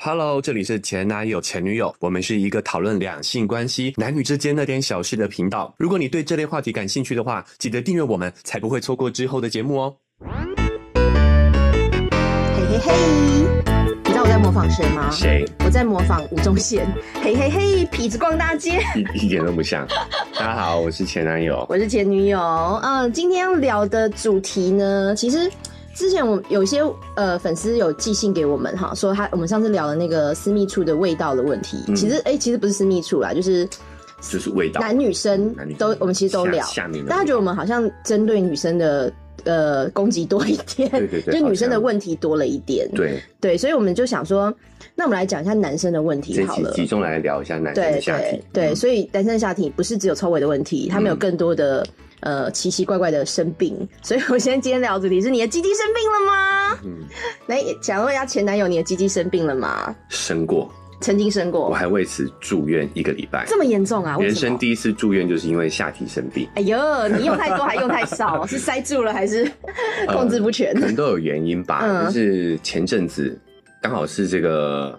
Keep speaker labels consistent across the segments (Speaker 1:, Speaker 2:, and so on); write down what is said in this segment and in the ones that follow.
Speaker 1: Hello，这里是前男友前女友，我们是一个讨论两性关系、男女之间那点小事的频道。如果你对这类话题感兴趣的话，记得订阅我们，才不会错过之后的节目哦。
Speaker 2: 嘿嘿嘿，你知道我在模仿谁吗？
Speaker 1: 谁
Speaker 2: 我在模仿吴宗宪。嘿嘿嘿，痞子逛大街。
Speaker 1: 一一点都不像。 大家好，我是前男友。
Speaker 2: 我是前女友。嗯，今天要聊的主题呢，其实之前我有些呃粉丝有寄信给我们哈，说他我们上次聊的那个私密处的味道的问题，
Speaker 1: 嗯
Speaker 2: 其实哎、其实不是私密处啦，就是
Speaker 1: 就是味道
Speaker 2: 男女生
Speaker 1: 男女
Speaker 2: 都我们其实都聊，
Speaker 1: 下面
Speaker 2: 大家觉得我们好像针对女生的呃攻击多一点，
Speaker 1: 对对对
Speaker 2: 就女生
Speaker 1: 好
Speaker 2: 的
Speaker 1: 像
Speaker 2: 问题多了一点，
Speaker 1: 对
Speaker 2: 对，所以我们就想说，那我们来讲一下男生的问题
Speaker 1: 这
Speaker 2: 好
Speaker 1: 期
Speaker 2: 了。
Speaker 1: 集中来聊一下男生
Speaker 2: 对
Speaker 1: 的下
Speaker 2: 对
Speaker 1: 体。
Speaker 2: 对，
Speaker 1: 嗯
Speaker 2: 所以男生的下体不是只有臭味的问题，他们有
Speaker 1: 嗯
Speaker 2: 更多的、呃奇奇怪怪的生病。所以我现在今天聊的主题是你的鸡鸡生病了吗？
Speaker 1: 嗯，
Speaker 2: 来，想问一下前男友，你的鸡鸡生病了吗？
Speaker 1: 生过，
Speaker 2: 曾经生
Speaker 1: 我
Speaker 2: 过，
Speaker 1: 还为此住院一个礼拜。
Speaker 2: 这么严重啊？为
Speaker 1: 人
Speaker 2: 什
Speaker 1: 生
Speaker 2: 么？
Speaker 1: 第一次住院就是因为下体生病，
Speaker 2: 哎呦，你用太多还用 太少，是塞住了还是控制不全？
Speaker 1: 呃可能都有原因吧。
Speaker 2: 嗯
Speaker 1: 就是前阵子刚好是这个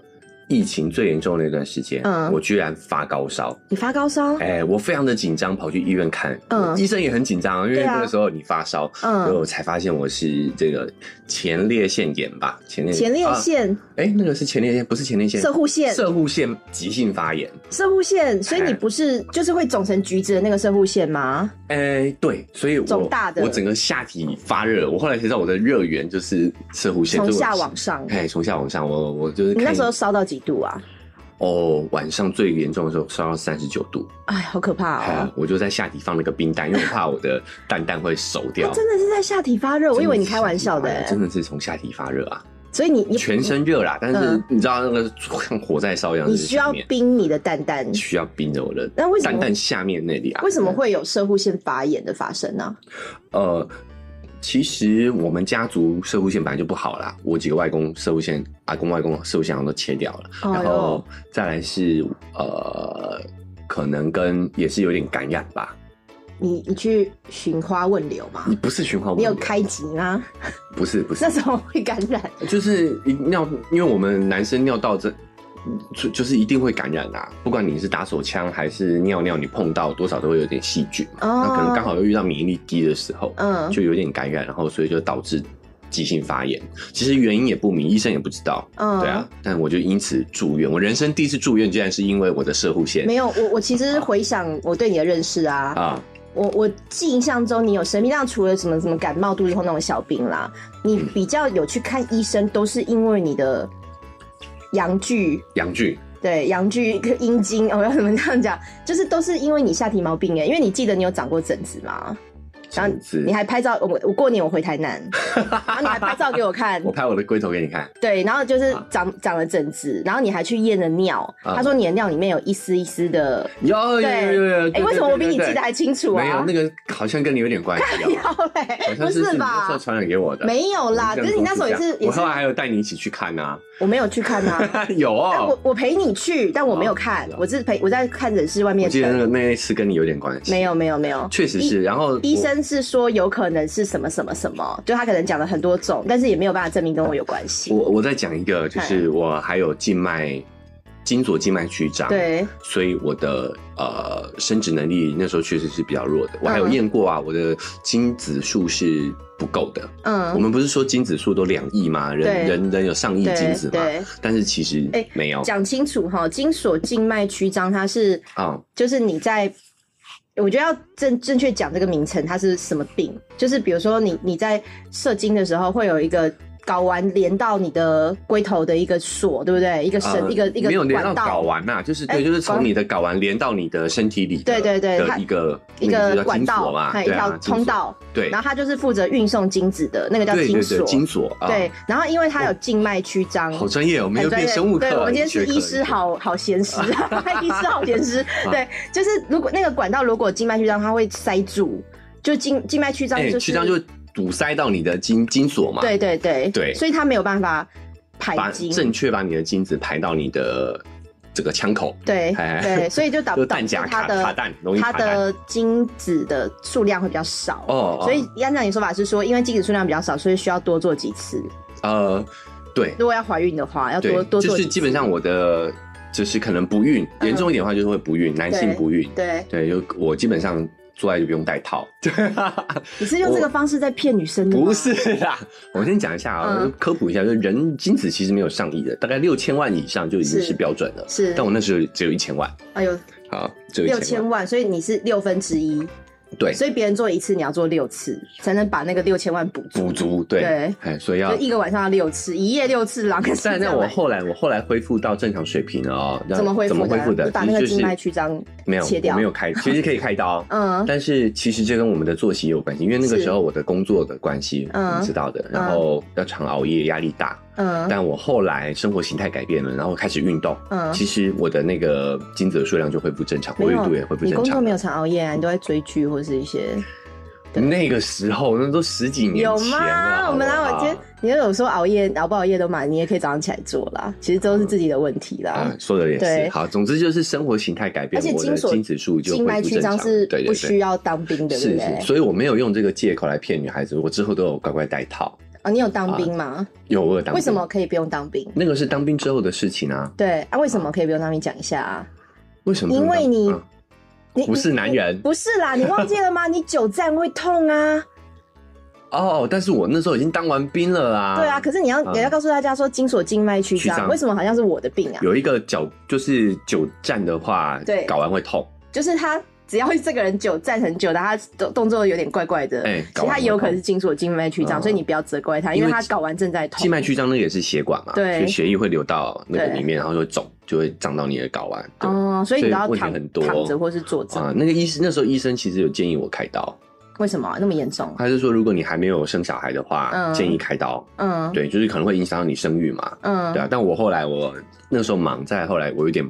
Speaker 1: 疫情最严重的那段时间，
Speaker 2: 嗯
Speaker 1: 我居然发高烧，
Speaker 2: 你发高烧？
Speaker 1: 哎、我非常的紧张，跑去医院看，
Speaker 2: 嗯
Speaker 1: 医生也很紧张啊，因为
Speaker 2: 对啊
Speaker 1: 那个时候你发烧，所以
Speaker 2: 嗯，
Speaker 1: 我才发现我是这个前列腺炎吧，前列
Speaker 2: 前列
Speaker 1: 啊
Speaker 2: 腺、
Speaker 1: 哎、那个是前列腺，不是前列腺，
Speaker 2: 射护腺、
Speaker 1: 射哎护腺急性发炎。
Speaker 2: 射护腺，所以你不是就是会肿成橘子的那个射护腺吗？
Speaker 1: 哎、对，所以我
Speaker 2: 肿大的
Speaker 1: 我整个下体发热，我后来才知道我的热源就是射护腺，所
Speaker 2: 从
Speaker 1: 以我
Speaker 2: 下往上。
Speaker 1: 哎，从下往上，我我就是
Speaker 2: 你
Speaker 1: 看
Speaker 2: 那时候烧到几度啊？
Speaker 1: 哦，晚上最严重的时候烧到三十九度，
Speaker 2: 哎，好可怕
Speaker 1: 哎
Speaker 2: 哦！
Speaker 1: 我就在下体放了个冰袋，因为我怕我的蛋蛋会熟掉。
Speaker 2: 哦真的是在下体发热，我以为你开玩笑的、
Speaker 1: 哎
Speaker 2: 欸
Speaker 1: 真，的是从下体发热啊，
Speaker 2: 所以你你
Speaker 1: 全身热啦，但是
Speaker 2: 嗯
Speaker 1: 你知道那个 像火在烧一样，
Speaker 2: 你
Speaker 1: 就是
Speaker 2: 需要
Speaker 1: 下面
Speaker 2: 冰你的蛋蛋，
Speaker 1: 需要冰着我的
Speaker 2: 那为什么
Speaker 1: 蛋蛋下面那里啊？
Speaker 2: 为什么会有射护腺发炎的发生呢、
Speaker 1: 呃？其实我们家族射护腺本来就不好啦，我几个外公射护腺、阿公外公射护腺好像都切掉了，
Speaker 2: 哎
Speaker 1: 然后再来是呃，可能跟也是有点感染吧，
Speaker 2: 你你去寻花问柳嘛
Speaker 1: 你？不是循环，
Speaker 2: 你有开集吗？
Speaker 1: 不是不是
Speaker 2: 那，时候会感染？
Speaker 1: 就是一尿，因为我们男生尿道这。就就是一定会感染啦、啊不管你是打手枪还是尿尿，你碰到多少都会有点细菌嘛。
Speaker 2: 哦
Speaker 1: 那可能刚好又遇到免疫力低的时候，
Speaker 2: 嗯，
Speaker 1: 就有点感染，然后所以就导致急性发炎。其实原因也不明，医生也不知道。
Speaker 2: 嗯
Speaker 1: 对啊，但我就因此住院。我人生第一次住院，竟然是因为我的射护腺
Speaker 2: 没有，我我其实回想我对你的认识啊，
Speaker 1: 啊，
Speaker 2: 我我记印象中你有生病，但除了什么什么感冒、肚子痛那种小病啦，你比较有去看医生，都是因为你的阳具
Speaker 1: 阳具。
Speaker 2: 对，阳具跟阴茎，哦，要怎么这样讲？就是都是因为你下体毛病哎，因为你记得你有长过疹子嘛，然后
Speaker 1: 甚至
Speaker 2: 你还拍照，我我过年我回台 南，然后你还拍照给我看
Speaker 1: 我，拍我的龟头给你看，
Speaker 2: 对，然后就是
Speaker 1: 啊
Speaker 2: 长长了疹子，然后你还去验了尿，
Speaker 1: 啊
Speaker 2: 他说你的尿里面有一丝一丝的，
Speaker 1: 有有有
Speaker 2: 对
Speaker 1: 有有。
Speaker 2: 哎、
Speaker 1: 对
Speaker 2: 为什么我比你
Speaker 1: 对对
Speaker 2: 记得还清楚 啊？
Speaker 1: 没有，那个好像跟你有点关系哦。
Speaker 2: 要嘞，
Speaker 1: 好像
Speaker 2: 不
Speaker 1: 是你那时候
Speaker 2: 吧？
Speaker 1: 传染给我的。
Speaker 2: 没有啦，
Speaker 1: 我
Speaker 2: 可
Speaker 1: 印象中
Speaker 2: 是你那时候也
Speaker 1: 这
Speaker 2: 是
Speaker 1: 样
Speaker 2: 也
Speaker 1: 我
Speaker 2: 是
Speaker 1: 后，来还有带你一起去看呐。
Speaker 2: 我没有去看啊，
Speaker 1: 有
Speaker 2: 但
Speaker 1: 哦
Speaker 2: 我，我陪你去，但我没有
Speaker 1: 哦
Speaker 2: 看
Speaker 1: 是啊，
Speaker 2: 我是陪我在看诊室外
Speaker 1: 我
Speaker 2: 面
Speaker 1: 记得那
Speaker 2: 等，
Speaker 1: 个那一次跟你有点关系。
Speaker 2: 没，有没有没有，
Speaker 1: 确实是。然后
Speaker 2: 医
Speaker 1: 我
Speaker 2: 生是说有可能是什么什么什么，就他可能讲了很多种，但是也没有办法证明跟我有关系。
Speaker 1: 我我再讲一
Speaker 2: 哎
Speaker 1: 个，就是我还有静脉筋左静脉曲张，，
Speaker 2: 对，
Speaker 1: 所以我的呃生殖能力那时候确实是比较弱的。我还有
Speaker 2: 嗯
Speaker 1: 验过啊，我的精子数是不够的。我
Speaker 2: 嗯，
Speaker 1: 们不是说精子数都两亿吗？人
Speaker 2: 对
Speaker 1: 人人有上亿精
Speaker 2: 对
Speaker 1: 子吗？
Speaker 2: 对，
Speaker 1: 但是其实
Speaker 2: 哎
Speaker 1: 没有
Speaker 2: 讲清楚哈，精索静脉曲张，它是
Speaker 1: 啊，
Speaker 2: 就是你在，我觉得要正正确讲这个名称，它是什么病？就是比如说你你在射精的时候会有一个。睾丸连到你的龟头的一个锁，对不对？一个绳、
Speaker 1: 呃
Speaker 2: 一个一个
Speaker 1: 没有连到
Speaker 2: 管
Speaker 1: 睾
Speaker 2: 道，
Speaker 1: 丸呐、就是
Speaker 2: 哎
Speaker 1: 对，就是从
Speaker 2: 管
Speaker 1: 你的睾丸连到你的身体里的，
Speaker 2: 对对对它
Speaker 1: 的一个
Speaker 2: 一
Speaker 1: 那就
Speaker 2: 个
Speaker 1: 叫
Speaker 2: 管
Speaker 1: 精
Speaker 2: 道
Speaker 1: 索嘛，
Speaker 2: 哎一
Speaker 1: 对啊
Speaker 2: 条通，道，
Speaker 1: 精索对，
Speaker 2: 然后它就是负责运送精子的那个叫
Speaker 1: 对
Speaker 2: 精
Speaker 1: 对对，
Speaker 2: 索。
Speaker 1: 精索啊，
Speaker 2: 对，，然后因为它有静脉曲张，
Speaker 1: 好专业哦，我们
Speaker 2: 很
Speaker 1: 又
Speaker 2: 专
Speaker 1: 变
Speaker 2: 业。
Speaker 1: 生物课了，
Speaker 2: 对，我们今天是
Speaker 1: 学科
Speaker 2: 医师，好好闲师， 医师好 闲师。对，就是如果那个管道如果静脉曲张，它会塞住，就静静脉曲张
Speaker 1: 哎，
Speaker 2: 就是，
Speaker 1: 去这样就堵塞到你的精精索嘛，
Speaker 2: 对对对
Speaker 1: 对
Speaker 2: 所以它没有办法排
Speaker 1: 把
Speaker 2: 精。
Speaker 1: 正确把你的精子排到你的这个腔口，
Speaker 2: 对
Speaker 1: 哎
Speaker 2: 对，所以就导
Speaker 1: 就
Speaker 2: 导
Speaker 1: 弹
Speaker 2: 致
Speaker 1: 夹
Speaker 2: 它
Speaker 1: 卡
Speaker 2: 的
Speaker 1: 卡弹容易
Speaker 2: 它
Speaker 1: 卡弹
Speaker 2: 的精子的数量会比较少。
Speaker 1: 哦，哦
Speaker 2: 所以按照你说法是说，因为精子数量比较少，所以需要多做几次。
Speaker 1: 呃，对
Speaker 2: 如果要怀孕的话，要多
Speaker 1: 对，
Speaker 2: 多
Speaker 1: 就
Speaker 2: 做几
Speaker 1: 是
Speaker 2: 次。
Speaker 1: 基本上我的就是可能不孕，
Speaker 2: 嗯
Speaker 1: 严重一点的话就是会不孕，男性不孕。
Speaker 2: 对，
Speaker 1: 对，就我基本上做爱就不用戴套。
Speaker 2: 你是用这个方式在骗女生的吗？
Speaker 1: 不是啦，我先讲一下啊、
Speaker 2: 嗯
Speaker 1: 科普一下，就是人精子其实没有上亿的，大概六千万以上就已经
Speaker 2: 是
Speaker 1: 是标准了。
Speaker 2: 是，
Speaker 1: 但我那时候只有一千万，
Speaker 2: 哎呦，
Speaker 1: 好，只有
Speaker 2: 六
Speaker 1: 一千
Speaker 2: 千
Speaker 1: 万。
Speaker 2: 万，所以你是六分之一，
Speaker 1: 对，
Speaker 2: 所以别人做一次，你要做六次，才能把那个六千万补足。
Speaker 1: 补足对，
Speaker 2: 对
Speaker 1: 哎，所以
Speaker 2: 就
Speaker 1: 要。
Speaker 2: 一个晚上要六次，一夜六次狼。
Speaker 1: 但那我后来我后来恢复到正常水平了哦。那
Speaker 2: 怎么恢
Speaker 1: 怎
Speaker 2: 复
Speaker 1: 么
Speaker 2: 的？
Speaker 1: 恢复的？
Speaker 2: 你把
Speaker 1: 其
Speaker 2: 那
Speaker 1: 实
Speaker 2: 个
Speaker 1: 就是
Speaker 2: 静脉曲张
Speaker 1: 没有
Speaker 2: 切掉。
Speaker 1: 我没有开，其实可以开刀
Speaker 2: 嗯
Speaker 1: 但是其实这跟我们的作息也有关系，因为那个
Speaker 2: 是
Speaker 1: 时候我的工作的关系，
Speaker 2: 嗯
Speaker 1: 你知道的，然后要常熬夜，压力大。
Speaker 2: 嗯
Speaker 1: 但我后来生活形态改变了，然后开始运动，
Speaker 2: 嗯，
Speaker 1: 其实我的那个精子的数量就恢复正常，活
Speaker 2: 没
Speaker 1: 跃
Speaker 2: 有
Speaker 1: 度也恢复
Speaker 2: 你
Speaker 1: 正
Speaker 2: 工作
Speaker 1: 常
Speaker 2: 没。有常熬夜啊，你都在追剧或是一 些
Speaker 1: 那个时候，那都十几年
Speaker 2: 有
Speaker 1: 前
Speaker 2: 吗？
Speaker 1: 了。
Speaker 2: 我们
Speaker 1: 啊好
Speaker 2: 哪
Speaker 1: 不
Speaker 2: 有
Speaker 1: 好
Speaker 2: 今天你有说熬夜熬不熬夜都嘛，你也可以早上起来做啦，其实都是自己的问题啦。
Speaker 1: 嗯啊，说的也
Speaker 2: 对
Speaker 1: 是。好，总之就是生活形态改变，
Speaker 2: 而且
Speaker 1: 我
Speaker 2: 精
Speaker 1: 的
Speaker 2: 索
Speaker 1: 精子数就
Speaker 2: 静脉
Speaker 1: 恢复
Speaker 2: 曲
Speaker 1: 正
Speaker 2: 张
Speaker 1: 常。
Speaker 2: 是
Speaker 1: 对对对，
Speaker 2: 不需要当兵的，对
Speaker 1: 是
Speaker 2: 不
Speaker 1: 是，
Speaker 2: 对？
Speaker 1: 所以我没有用这个借口来骗女孩子，我之后都有乖乖戴套。
Speaker 2: 啊，你有当兵吗？
Speaker 1: 有我有当兵
Speaker 2: 为什么？可以不用当兵？
Speaker 1: 那个是当兵之后的事情啊。
Speaker 2: 对啊，为什么可以不用当兵？讲一下啊，
Speaker 1: 为什么不
Speaker 2: 因
Speaker 1: 能当？
Speaker 2: 为你
Speaker 1: 啊
Speaker 2: 你
Speaker 1: 不是
Speaker 2: 你
Speaker 1: 男人
Speaker 2: 不是啦，你忘记了 吗？你久站会痛啊。
Speaker 1: 哦，但是我那时候已经当完兵了啊。
Speaker 2: 对啊，，可是你要
Speaker 1: 嗯
Speaker 2: 也要告诉大家说，精索静脉曲
Speaker 1: 曲
Speaker 2: 张
Speaker 1: 张
Speaker 2: 为什么好像是我的病啊？
Speaker 1: 有一个久就是久站的话，
Speaker 2: 对
Speaker 1: 搞完会痛。
Speaker 2: 就是他只要这个人久站很久的，他动动作有点怪怪的，
Speaker 1: 哎
Speaker 2: 其实
Speaker 1: 搞
Speaker 2: 他
Speaker 1: 完
Speaker 2: 也有可能是精索静脉曲张，
Speaker 1: 嗯
Speaker 2: 所以你不要责怪他，因
Speaker 1: 因为
Speaker 2: 为他搞完正在痛。
Speaker 1: 静脉曲张那个也是血管嘛，
Speaker 2: 对
Speaker 1: 所以血液会流到那个
Speaker 2: 对
Speaker 1: 里面，然后就肿，就会胀到你的睾丸。对
Speaker 2: 哦，所以你都要
Speaker 1: 所以问题
Speaker 2: 躺
Speaker 1: 很多
Speaker 2: 躺着或是坐着，
Speaker 1: 啊，那个医生那时候医生其实有建议我开刀，
Speaker 2: 为什么啊、那么严重啊？
Speaker 1: 他是说如果你还没有生小孩的话，
Speaker 2: 嗯
Speaker 1: 建议开刀，
Speaker 2: 嗯，
Speaker 1: 啊对，就是可能会影响到你生育嘛。
Speaker 2: 嗯，
Speaker 1: 对啊，但我后来我那时候忙，再后来我有点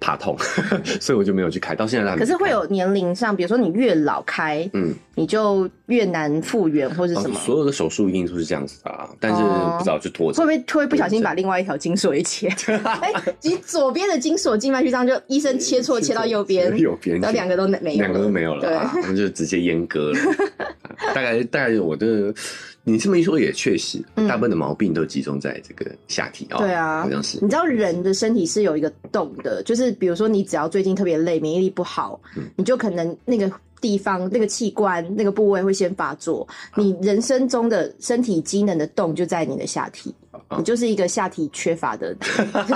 Speaker 1: 怕痛， 所以我就没有去开，到现在还没
Speaker 2: 可是会
Speaker 1: 开
Speaker 2: 有年龄上，比如说你越老开，
Speaker 1: 嗯，
Speaker 2: 你就越难复原或是
Speaker 1: 哦
Speaker 2: 什么，
Speaker 1: 所有的手术因素是这样子的啊，但是
Speaker 2: 哦
Speaker 1: 不知道就拖着，
Speaker 2: 会不会会不会不小心把另外一条筋索也 切？哎、你左边的筋索静脉曲张就医生切错，切到右边，
Speaker 1: 右边
Speaker 2: 然后两个都没有，
Speaker 1: 两个都没有了啊，那就直接阉割了。大概大概我的，你这么一说也确实，
Speaker 2: 嗯
Speaker 1: 大部分的毛病都集中在这个下体哦。
Speaker 2: 对啊
Speaker 1: 好像是
Speaker 2: 你知道人的身体是有一个洞的，就是比如说你只要最近特别累，免疫力不好，
Speaker 1: 嗯
Speaker 2: 你就可能那个地方、那个器官、那个部位会先发作。
Speaker 1: 啊
Speaker 2: 你人生中的身体机能的洞就在你的下体，
Speaker 1: 啊
Speaker 2: 你就是一个下体缺乏 的，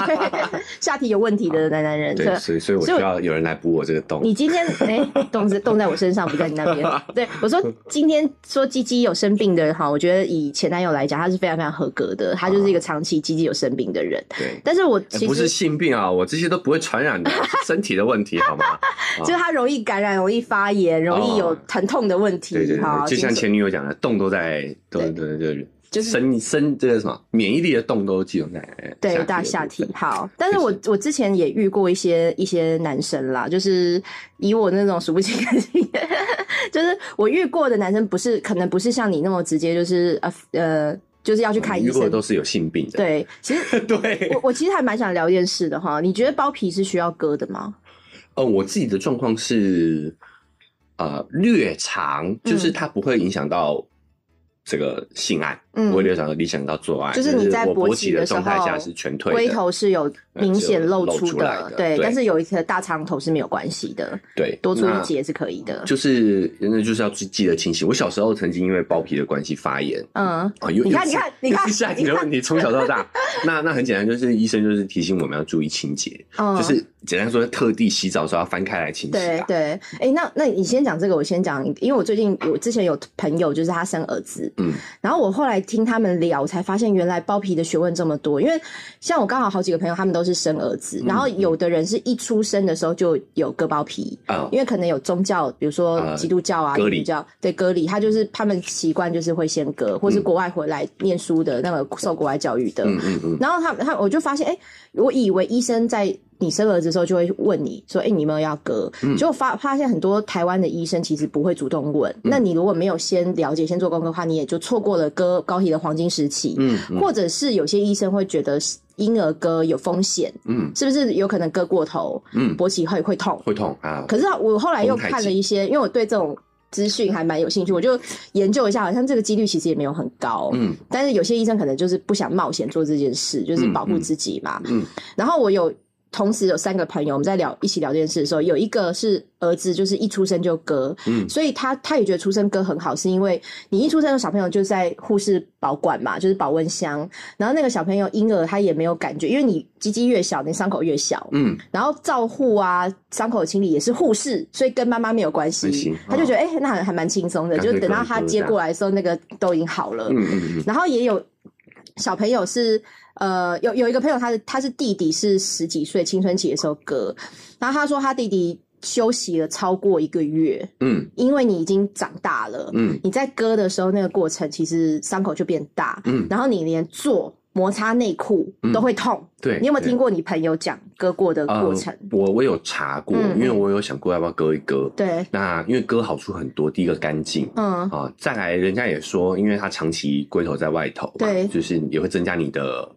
Speaker 2: 下体有问题的男男人。
Speaker 1: 啊对，所以所以我需
Speaker 2: 所以我
Speaker 1: 要有人来补我这个洞。
Speaker 2: 你今 天哎，动是动在我身上，不在你那边。对我说，今天说鸡鸡有生病的人哈，我觉得以前男友来讲，他是非常非常合格的，他就是一个长期鸡鸡有生病的人。
Speaker 1: 对。
Speaker 2: 但是我
Speaker 1: 哎
Speaker 2: 其实、
Speaker 1: 不是性病啊，我这些都不会传染的，是身体的问题，好吗？
Speaker 2: 就是它容易感染、容易发炎、容易有
Speaker 1: 啊哦
Speaker 2: 疼痛的问题。
Speaker 1: 对对
Speaker 2: 哈
Speaker 1: 对，就像
Speaker 2: 精神
Speaker 1: 前女友讲的，洞都在，都
Speaker 2: 对
Speaker 1: 对对对，
Speaker 2: 就是
Speaker 1: 身身这个什么免疫力的洞都集中在
Speaker 2: 对
Speaker 1: 的
Speaker 2: 大
Speaker 1: 部
Speaker 2: 下体
Speaker 1: 分
Speaker 2: 好，但是我我之前也遇过一些一些男生啦，就是以我那种数不清 的经验，就是我遇过的男生不是可能不是像你那么直接，就是呃呃，就是要去看
Speaker 1: 你哦
Speaker 2: 医
Speaker 1: 遇过的
Speaker 2: 生。
Speaker 1: 嗯都是有性病的。
Speaker 2: 对，其实
Speaker 1: 对，
Speaker 2: 我我 其实还蛮想聊一件事的哈，你觉得包皮是需要割的吗？
Speaker 1: 呃，我自己的状况是，呃，略长，就是它不会影响到这个性爱，
Speaker 2: 嗯
Speaker 1: 不会影响到影响到做爱。
Speaker 2: 就是你在
Speaker 1: 我
Speaker 2: 勃
Speaker 1: 勃
Speaker 2: 起
Speaker 1: 起
Speaker 2: 的
Speaker 1: 的
Speaker 2: 时
Speaker 1: 状态下
Speaker 2: 候
Speaker 1: 是全退
Speaker 2: 龟
Speaker 1: 的，呃
Speaker 2: 头是有明显露
Speaker 1: 就露
Speaker 2: 出
Speaker 1: 出来的
Speaker 2: 对，
Speaker 1: 对
Speaker 2: 但是有一颗大肠头是没有关系的，
Speaker 1: 对，
Speaker 2: 多出一
Speaker 1: 那
Speaker 2: 节是可以的。
Speaker 1: 就是那就是要记得清醒。我小时候曾经因为包皮的关系发炎。
Speaker 2: 嗯，
Speaker 1: 啊，又
Speaker 2: 你看
Speaker 1: 又是
Speaker 2: 你看你看
Speaker 1: 又是下体的问题，从小到大， 那那很简单，就是医生就是提醒我们要注意清洁，
Speaker 2: 嗯
Speaker 1: 就是啊简单说，特地洗澡的时候要翻开来清洗
Speaker 2: 对
Speaker 1: 啊。
Speaker 2: 对，哎、那那你先讲这个，我先讲，因为我最近我之前有朋友就是他生儿子，
Speaker 1: 嗯，
Speaker 2: 然后我后来听他们聊，我才发现原来包皮的学问这么多。因为像我刚好好几个朋友，他们都是生儿
Speaker 1: 嗯
Speaker 2: 子，然后有的人是一出生的时候就有割包皮，
Speaker 1: 啊，
Speaker 2: 因为可能有宗教，比如说
Speaker 1: 呃
Speaker 2: 基督教啊、
Speaker 1: 割礼
Speaker 2: 基督教，对割礼，他就是他们习惯就是会先割，或是国外回来念书的那个受国外教育的，
Speaker 1: 嗯嗯嗯，
Speaker 2: 然后他他我就发现，哎、我以为医生在你生儿子的时候就会问你说，哎、你有没有要割？
Speaker 1: 嗯
Speaker 2: 结果发发现很多台湾的医生其实不会主动问。
Speaker 1: 嗯
Speaker 2: 那你如果没有先了解、先做功课的话，你也就错过了割高体的黄金时期。
Speaker 1: 嗯
Speaker 2: 或者是有些医生会觉得婴儿割有风险，
Speaker 1: 嗯
Speaker 2: 是不是有可能割过头，
Speaker 1: 嗯，
Speaker 2: 勃起会会痛？
Speaker 1: 会痛啊，
Speaker 2: 可是我后来又看了一些，因为我对这种资讯还蛮有兴趣，我就研究一下，好像这个几率其实也没有很高。
Speaker 1: 嗯
Speaker 2: 但是有些医生可能就是不想冒险做这件事，就是保护自己嘛。
Speaker 1: 嗯嗯
Speaker 2: 然后我有同时有三个朋友，我们在聊一起聊这件事的时候，有一个是儿子，就是一出生就割，
Speaker 1: 嗯
Speaker 2: 所以他他也觉得出生割很好，是因为你一出生的小朋友就在护士保管嘛，就是保温箱，然后那个小朋友婴儿他也没有感觉，因为你鸡鸡越小，你伤口越小，
Speaker 1: 嗯，
Speaker 2: 然后照护啊，伤口清理也是护士，所以跟妈妈没有关
Speaker 1: 没
Speaker 2: 系
Speaker 1: 系，
Speaker 2: 他就觉得哎、诶那还还蛮轻松的，
Speaker 1: 感
Speaker 2: 就
Speaker 1: 觉
Speaker 2: 等到他
Speaker 1: 哦可以
Speaker 2: 接
Speaker 1: 做一下
Speaker 2: 过来的时候，那个都已经好了，
Speaker 1: 嗯嗯嗯
Speaker 2: 然后也有小朋友是呃，有有一个朋友他的他是弟弟是十几岁青春期的时候割，然后他说他弟弟休息了超过一个月，
Speaker 1: 嗯
Speaker 2: 因为你已经长大了，
Speaker 1: 嗯
Speaker 2: 你在割的时候那个过程其实伤口就变大，
Speaker 1: 嗯，
Speaker 2: 然后你连坐摩擦内裤都会痛。
Speaker 1: 对。
Speaker 2: 你有没有
Speaker 1: 对
Speaker 2: 听？过你朋友讲割过的
Speaker 1: 呃
Speaker 2: 过程？
Speaker 1: 我我有查过，
Speaker 2: 嗯嗯
Speaker 1: 因为我有想过要不要割一割。
Speaker 2: 对，
Speaker 1: 那因为割好处很多，第一个干净。
Speaker 2: 嗯，
Speaker 1: 啊，再来，人家也说，因为它长期龟头在外头嘛，
Speaker 2: 对
Speaker 1: 就是也会增加你的，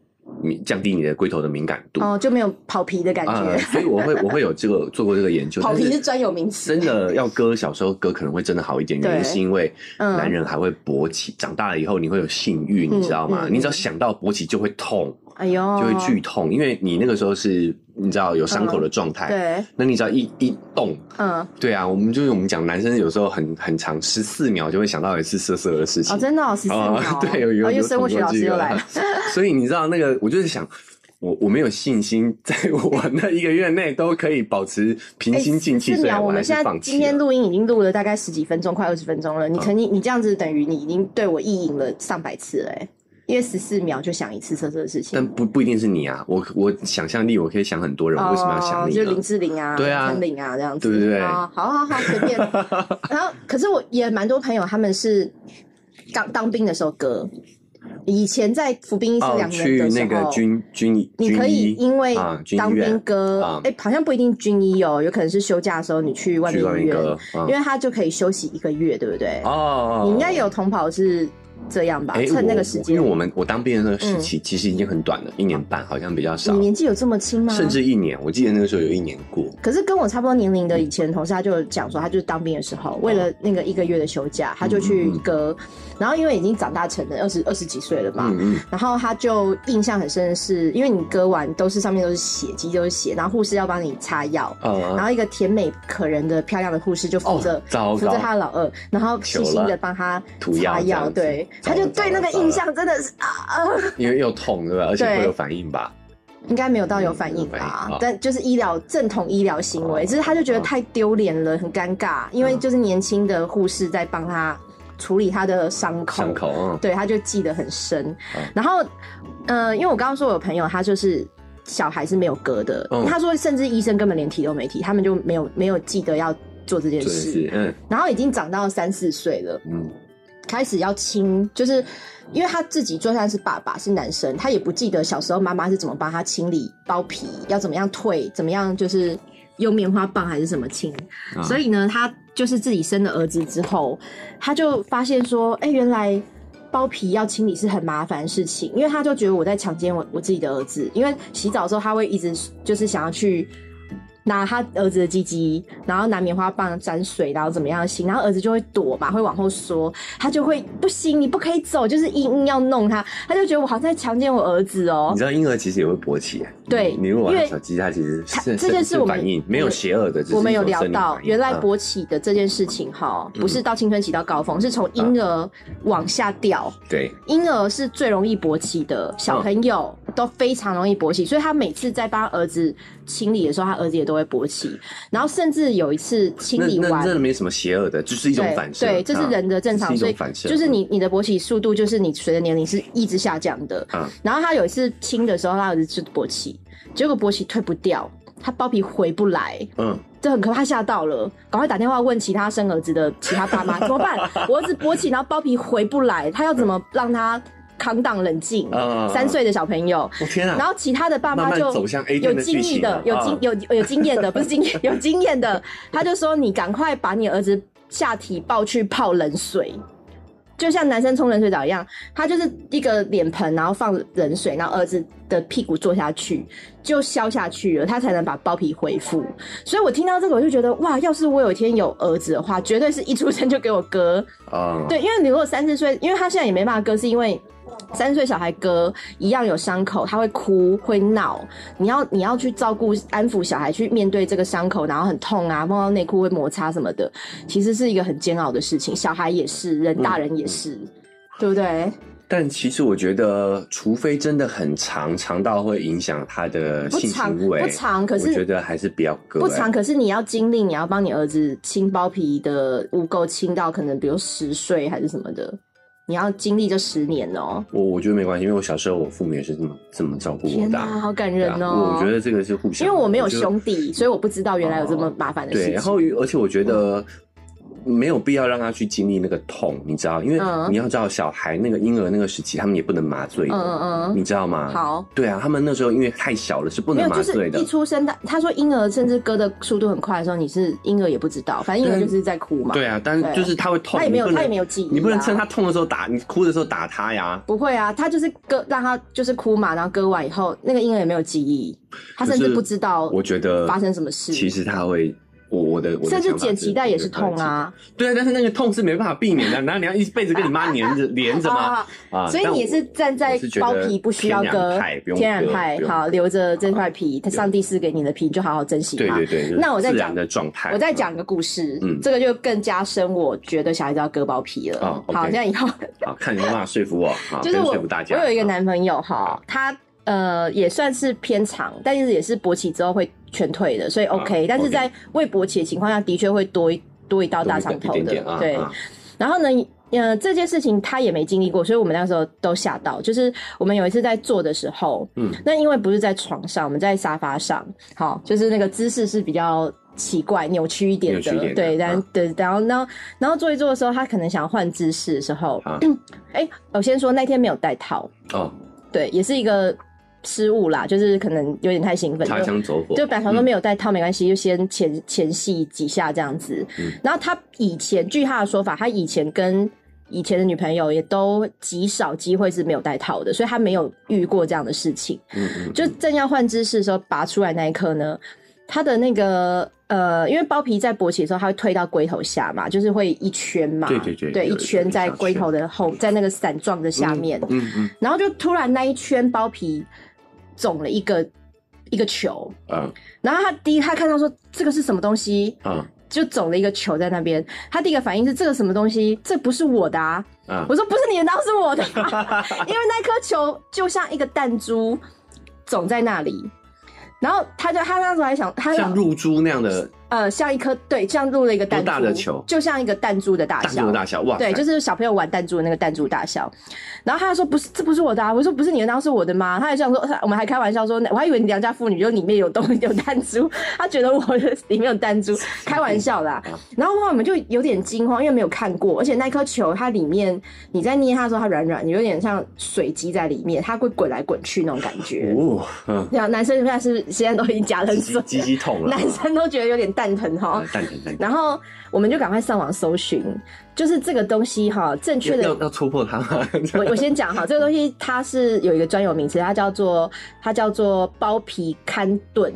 Speaker 1: 你降低你的龟头的敏感度
Speaker 2: 哦，就没有跑皮的感
Speaker 1: 呃，
Speaker 2: 觉。
Speaker 1: 所以我会我会有这个做过这个研究，
Speaker 2: 跑皮
Speaker 1: 但
Speaker 2: 是专有名词
Speaker 1: 真的要割，小时候割可能会真的好一点，
Speaker 2: 对
Speaker 1: 原因是因为
Speaker 2: 嗯
Speaker 1: 男人还会勃起，长大了以后你会有性欲，
Speaker 2: 嗯
Speaker 1: 你知道吗？
Speaker 2: 嗯
Speaker 1: 你只要想到勃起就会痛，
Speaker 2: 哎呦，
Speaker 1: 就会剧痛，因为你那个时候是你知道有伤口的状态，
Speaker 2: 嗯对，
Speaker 1: 那你只要一一动，
Speaker 2: 嗯，
Speaker 1: 对啊，我们就是我们讲男生有时候很很长，十四秒就会想到一次色色的事情
Speaker 2: 哦，。真的哦，十四秒
Speaker 1: 啊
Speaker 2: 哦，
Speaker 1: 对，有有
Speaker 2: 哦，
Speaker 1: 有
Speaker 2: 又生物学
Speaker 1: 通过
Speaker 2: 老师
Speaker 1: 这
Speaker 2: 又
Speaker 1: 个
Speaker 2: 来了，
Speaker 1: 所以你知道那个，我就是想，我我没有信心，在我那一个月内都可以保持平心静气，
Speaker 2: 哎四
Speaker 1: 所以
Speaker 2: 秒，我
Speaker 1: 还
Speaker 2: 们
Speaker 1: 是
Speaker 2: 现在
Speaker 1: 放弃
Speaker 2: 今天
Speaker 1: 了。嗯
Speaker 2: 录音已经录了大概十几分钟，快二十分钟了。你曾经、你这样子，等于你已经对我意淫了上百次了、欸，因为十四秒就想一次色色的事情
Speaker 1: 但。不不一定是你啊，我我想象力我可以想很多人，我为什么要想你
Speaker 2: 哦就
Speaker 1: 呢
Speaker 2: 林？志玲啊，
Speaker 1: 对啊
Speaker 2: 陈玲啊这样子，
Speaker 1: 对不对
Speaker 2: 哦好好好，随 便。然后，可是我也蛮多朋友他们是刚当兵的时候割，以前在服兵役是
Speaker 1: 哦
Speaker 2: 两，年
Speaker 1: 去
Speaker 2: 的时候，
Speaker 1: 那个军军医，
Speaker 2: 你可以
Speaker 1: 军医
Speaker 2: 因为
Speaker 1: 啊军医
Speaker 2: 当兵
Speaker 1: 院
Speaker 2: 割，哎、
Speaker 1: 啊
Speaker 2: 好像不一定军医哦，有可能是休假的时候你去外面
Speaker 1: 去外
Speaker 2: 医
Speaker 1: 面
Speaker 2: 院，
Speaker 1: 割，嗯
Speaker 2: 因为他就可以休息一个月，对不对？
Speaker 1: 哦哦，哦
Speaker 2: 你应该有同跑是这样吧？
Speaker 1: 哎，
Speaker 2: 趁那
Speaker 1: 我
Speaker 2: 个时间，
Speaker 1: 因为我们我当兵的那个时期其实已经很短了，一年半好像比较少
Speaker 2: 你，年纪有这么轻吗？
Speaker 1: 甚至一年，我记得那个时候有一年过。
Speaker 2: 可是跟我差不多年龄的以前同事，他就有讲说，他就是当兵的时候，为了那个一个月的休假，他就去割，然后因为已经长大成人，二十二十几岁了嘛。
Speaker 1: 嗯嗯，
Speaker 2: 然后他就印象很深的是，因为你割完都是上面都是血，肌都是血，然后护士要帮你擦药，
Speaker 1: 哦
Speaker 2: 然后一个甜美可人的漂亮的护士就扶着、
Speaker 1: 哦糟糕
Speaker 2: 扶着他的老二，然后细心的帮他
Speaker 1: 涂药
Speaker 2: 擦
Speaker 1: 这样
Speaker 2: 药，
Speaker 1: 子
Speaker 2: 对，
Speaker 1: 糟
Speaker 2: 他
Speaker 1: 了
Speaker 2: 就对那个
Speaker 1: 糟了
Speaker 2: 印象真的是啊啊，
Speaker 1: 因为又痛对吧？而且
Speaker 2: 对
Speaker 1: 会有反应吧？
Speaker 2: 应该没有到有反应吧？
Speaker 1: 嗯没有反应
Speaker 2: 但就是医疗正统医疗行为，
Speaker 1: 哦
Speaker 2: 只是他就觉得太丢脸了，很尴尬，因为就是年轻的护士在帮他处理他的伤口，
Speaker 1: 伤口，嗯
Speaker 2: 对，他就记得很深
Speaker 1: 嗯。
Speaker 2: 然后，呃，因为我刚刚说我有朋友他就是。小孩是没有割的，
Speaker 1: 嗯
Speaker 2: 他说甚至医生根本连提都没提，他们就没有没有记得要做这件
Speaker 1: 真的
Speaker 2: 事。
Speaker 1: 是，嗯
Speaker 2: 然后已经长到三四岁了，
Speaker 1: 嗯
Speaker 2: 开始要亲，就是因为他自己就算是爸爸是男生，他也不记得小时候妈妈是怎么帮他清理包皮，要怎么样退，怎么样就是用棉花棒还是什么清。
Speaker 1: 啊
Speaker 2: 所以呢，他就是自己生了儿子之后，他就发现说，哎、原来。包皮要清理是很麻烦的事情，因为他就觉得我在强奸我我自己的儿子，因为洗澡的时候他会一直就是想要去拿他儿子的鸡鸡，然后拿棉花棒沾水，然后怎么样洗，然后儿子就会躲嘛，会往后缩，他就会不行，你不可以走，就是硬硬要弄他，他就觉得我好像在强奸我儿子哦
Speaker 1: 你。知道婴儿其实也会勃起，
Speaker 2: 对
Speaker 1: 你如果
Speaker 2: 因为
Speaker 1: 玩小鸡，它其实
Speaker 2: 它
Speaker 1: 是
Speaker 2: 这件事
Speaker 1: 是
Speaker 2: 我们
Speaker 1: 反应没有邪恶的，只是
Speaker 2: 我们有
Speaker 1: 一种
Speaker 2: 聊
Speaker 1: 生理
Speaker 2: 到，
Speaker 1: 反应
Speaker 2: 原来
Speaker 1: 嗯
Speaker 2: 勃起的这件事情哈，不是到青春期到高峰，是从
Speaker 1: 嗯
Speaker 2: 婴儿往下掉。
Speaker 1: 对
Speaker 2: 婴儿是最容易勃起的，小朋友
Speaker 1: 嗯
Speaker 2: 都非常容易勃起，所以他每次在帮儿子清理的时候，他儿子也都会勃起。然后甚至有一次清
Speaker 1: 那
Speaker 2: 理
Speaker 1: 那
Speaker 2: 完，
Speaker 1: 真的没什么邪恶的，就是一种反射，
Speaker 2: 对，对这是
Speaker 1: 啊
Speaker 2: 人的正
Speaker 1: 是
Speaker 2: 常，
Speaker 1: 一
Speaker 2: 所以
Speaker 1: 种反射，嗯
Speaker 2: 就是你你的勃起速度，就是你随着年龄是一直下降的。
Speaker 1: 嗯
Speaker 2: 然后他有一次亲的时候，他儿子就勃起，结果勃起退不掉，他包皮回不来，
Speaker 1: 嗯，
Speaker 2: 这很可怕，他吓到了，赶快打电话问其他生儿子的其他爸妈怎么办？我儿子勃起，然后包皮回不来，他要怎么让他扛挡冷静？
Speaker 1: 嗯嗯嗯
Speaker 2: 三岁的小朋友，
Speaker 1: 我天啊，
Speaker 2: 然后其他的爸妈
Speaker 1: 慢慢
Speaker 2: 就
Speaker 1: 走向 A
Speaker 2: 有
Speaker 1: 段的
Speaker 2: 经
Speaker 1: 剧
Speaker 2: 历
Speaker 1: 情
Speaker 2: 的
Speaker 1: 了，
Speaker 2: 有
Speaker 1: 啊
Speaker 2: 经有有经验的，不是经验 有经验的，他就说你赶快把你儿子下体抱去泡冷水。就像男生冲冷水澡一样，他就是一个脸盆，然后放冷水，然后儿子的屁股坐下去就消下去了，他才能把包皮恢复。所以我听到这个，我就觉得哇，要是我有一天有儿子的话，绝对是一出生就给我割。
Speaker 1: 啊，
Speaker 2: 对，因为你如果三四岁，因为他现在也没办法割，是因为三四岁小孩割一样有伤口，他会哭会闹，你要你要去照顾安抚小孩，去面对这个伤口，然后很痛啊，碰到内裤会摩擦什么的，其实是一个很煎熬的事情。小孩也是，人大人也是，
Speaker 1: 嗯
Speaker 2: 对不对？
Speaker 1: 但其实我觉得，除非真的很长，长到会影响他的
Speaker 2: 不
Speaker 1: 性
Speaker 2: 长
Speaker 1: 行为，
Speaker 2: 不长可是
Speaker 1: 欸我觉得还是比较割、
Speaker 2: 不
Speaker 1: 欸
Speaker 2: 长，可是你要经历，你要帮你儿子清包皮的污垢，清到可能比如十岁还是什么的，你要经历这十年哦、
Speaker 1: 我我觉得没关系，因为我小时候我父母也是这么这么照顾我
Speaker 2: 天
Speaker 1: 的
Speaker 2: 哪、
Speaker 1: 啊、
Speaker 2: 好感
Speaker 1: 对
Speaker 2: 人
Speaker 1: 啊
Speaker 2: 哦、
Speaker 1: 我我觉得这个是互相
Speaker 2: 因
Speaker 1: 的，
Speaker 2: 为我没有
Speaker 1: 觉得
Speaker 2: 兄弟，所以我不知道原来有这么麻烦的事
Speaker 1: 哦对，
Speaker 2: 情。
Speaker 1: 然后而且我觉
Speaker 2: 嗯
Speaker 1: 得没有必要让他去经历那个痛，你知道，因为
Speaker 2: 嗯
Speaker 1: 你要知道小孩那个婴儿那个时期，他们也不能麻醉的，
Speaker 2: 嗯嗯
Speaker 1: 你知道吗？
Speaker 2: 嗯，，好，
Speaker 1: 对啊，他们那时候因为太小了，是不
Speaker 2: 没
Speaker 1: 能
Speaker 2: 有
Speaker 1: 麻
Speaker 2: 就是
Speaker 1: 醉的。
Speaker 2: 一出生的，他说婴儿甚至割的速度很快的时候，你是婴儿也不知道，反正婴儿就是在哭嘛。
Speaker 1: 对啊，但
Speaker 2: 对
Speaker 1: 就是他会痛，
Speaker 2: 他也没有
Speaker 1: 你不能
Speaker 2: 他也没有记忆啊
Speaker 1: 你不能趁他痛的时候打，你哭的时候打他呀。
Speaker 2: 不会啊，他就是割，让他就是哭嘛，然后割完以后，那个婴儿也没有记忆，他甚至
Speaker 1: 可是
Speaker 2: 不知道，
Speaker 1: 我觉得
Speaker 2: 发生什么事
Speaker 1: 其实他会，我我的我的
Speaker 2: 甚至
Speaker 1: 想法
Speaker 2: 剪脐带也是痛。啊。
Speaker 1: 对啊，但是那个痛是没办法避免 的，难道你要一辈子跟你妈黏着连着吗？啊，
Speaker 2: 所以
Speaker 1: 但
Speaker 2: 你
Speaker 1: 我
Speaker 2: 是站在
Speaker 1: 我是觉得
Speaker 2: 包皮不需要
Speaker 1: 天
Speaker 2: 割
Speaker 1: 然派不，用
Speaker 2: 天然
Speaker 1: 割
Speaker 2: 派
Speaker 1: 不用
Speaker 2: 好留着这块皮，他上帝赐给你的皮，你就好好珍惜
Speaker 1: 对
Speaker 2: 它。
Speaker 1: 对对，就是
Speaker 2: 那我再
Speaker 1: 自
Speaker 2: 讲
Speaker 1: 然的状态，啊
Speaker 2: 我再讲个故事，
Speaker 1: 嗯
Speaker 2: 这个就更加深我觉得小孩子要割包皮了。
Speaker 1: 哦，OK
Speaker 2: 好，现在以后
Speaker 1: 好，看你有没有办法说服我，好，
Speaker 2: 就是
Speaker 1: 跟
Speaker 2: 我
Speaker 1: 说服大家。
Speaker 2: 我有一个
Speaker 1: 好，
Speaker 2: 男朋友哈，他呃也算是偏长，但是也是勃起之后会全退的，所以 OK、
Speaker 1: 啊 OK
Speaker 2: 但是在未勃起的情况下，的确会多一多一道大长头
Speaker 1: 一
Speaker 2: 的，
Speaker 1: 点点啊，
Speaker 2: 对。
Speaker 1: 啊
Speaker 2: 然后呢，呃，这件事情他也没经历过，所以我们那时候都吓到。就是我们有一次在做的时候，
Speaker 1: 嗯，
Speaker 2: 那因为不是在床上，我们在沙发上，好，就是那个姿势是比较奇怪、扭曲一点
Speaker 1: 扭曲
Speaker 2: 的，
Speaker 1: 一点的
Speaker 2: 对，然、
Speaker 1: 啊
Speaker 2: 对，然后然后然后做一做的时候，他可能想要换姿势的时候
Speaker 1: 啊，
Speaker 2: 哎、我先说那天没有戴套，
Speaker 1: 哦，
Speaker 2: 对，也是一个失误啦，就是可能有点太兴奋，
Speaker 1: 擦
Speaker 2: 就
Speaker 1: 枪走火，
Speaker 2: 就本来想说没有带套没关系，就先前前戏几下这样子。
Speaker 1: 嗯
Speaker 2: 然后他以前据他的说法，他以前跟以前的女朋友也都极少机会是没有带套的，所以他没有遇过这样的事情。
Speaker 1: 嗯嗯，
Speaker 2: 就正要换姿势的时候拔出来那一刻呢，他的那个呃，因为包皮在勃起的时候，它会推到龟头下嘛，就是会一圈嘛，
Speaker 1: 对对对有
Speaker 2: 一
Speaker 1: 有
Speaker 2: 圈
Speaker 1: 有
Speaker 2: 在
Speaker 1: 小
Speaker 2: 龟
Speaker 1: 圈
Speaker 2: 头的后，在那个伞状的下面。
Speaker 1: 嗯嗯
Speaker 2: 然后就突然那一圈包皮肿了一个一个球，
Speaker 1: 嗯
Speaker 2: 然后他第一他看到说这个是什么东西，
Speaker 1: 啊
Speaker 2: 就肿了一个球在那边。他第一个反应是这个什么东西，这不是我的啊！
Speaker 1: 啊
Speaker 2: 我说不是你的，当然是 我的啊、因为那颗球就像一个弹珠肿在那里。然后他就他那时候还想，他
Speaker 1: 像
Speaker 2: 就
Speaker 1: 入珠那样的
Speaker 2: 呃像一颗对，像入了一个弹珠，
Speaker 1: 多大的球
Speaker 2: 就像一个弹珠的大
Speaker 1: 大
Speaker 2: 小，
Speaker 1: 小的大小，哇塞，
Speaker 2: 对，就是小朋友玩弹珠的那个弹珠大小。然后他说不是，这不是我的、啊。我说不是你的，当是我的吗？他还想说，我们还开玩笑说，我还以为你良家妇女就里面有东有弹珠，他觉得我的里面有弹珠，开玩笑啦
Speaker 1: 啊。
Speaker 2: 然后我们就有点惊慌，因为没有看过，而且那颗球它里面你在捏它的时候，它软软，有点像水积在里面，它会滚来滚去那种感觉。
Speaker 1: 哦，嗯，
Speaker 2: 对啊，男生现在是现在都已经夹冷
Speaker 1: 鸡
Speaker 2: 水
Speaker 1: 鸡，鸡鸡痛了
Speaker 2: 男，生都觉得有点蛋疼哈。
Speaker 1: 啊蛋疼蛋疼，
Speaker 2: 然后我们就赶快上网搜寻，就是这个东西哈，正确
Speaker 1: 要
Speaker 2: 的。
Speaker 1: 要戳破它 吗？
Speaker 2: 我我先 讲哈，这个东西它是有一个专有名词，它叫做它叫做包皮龛盾，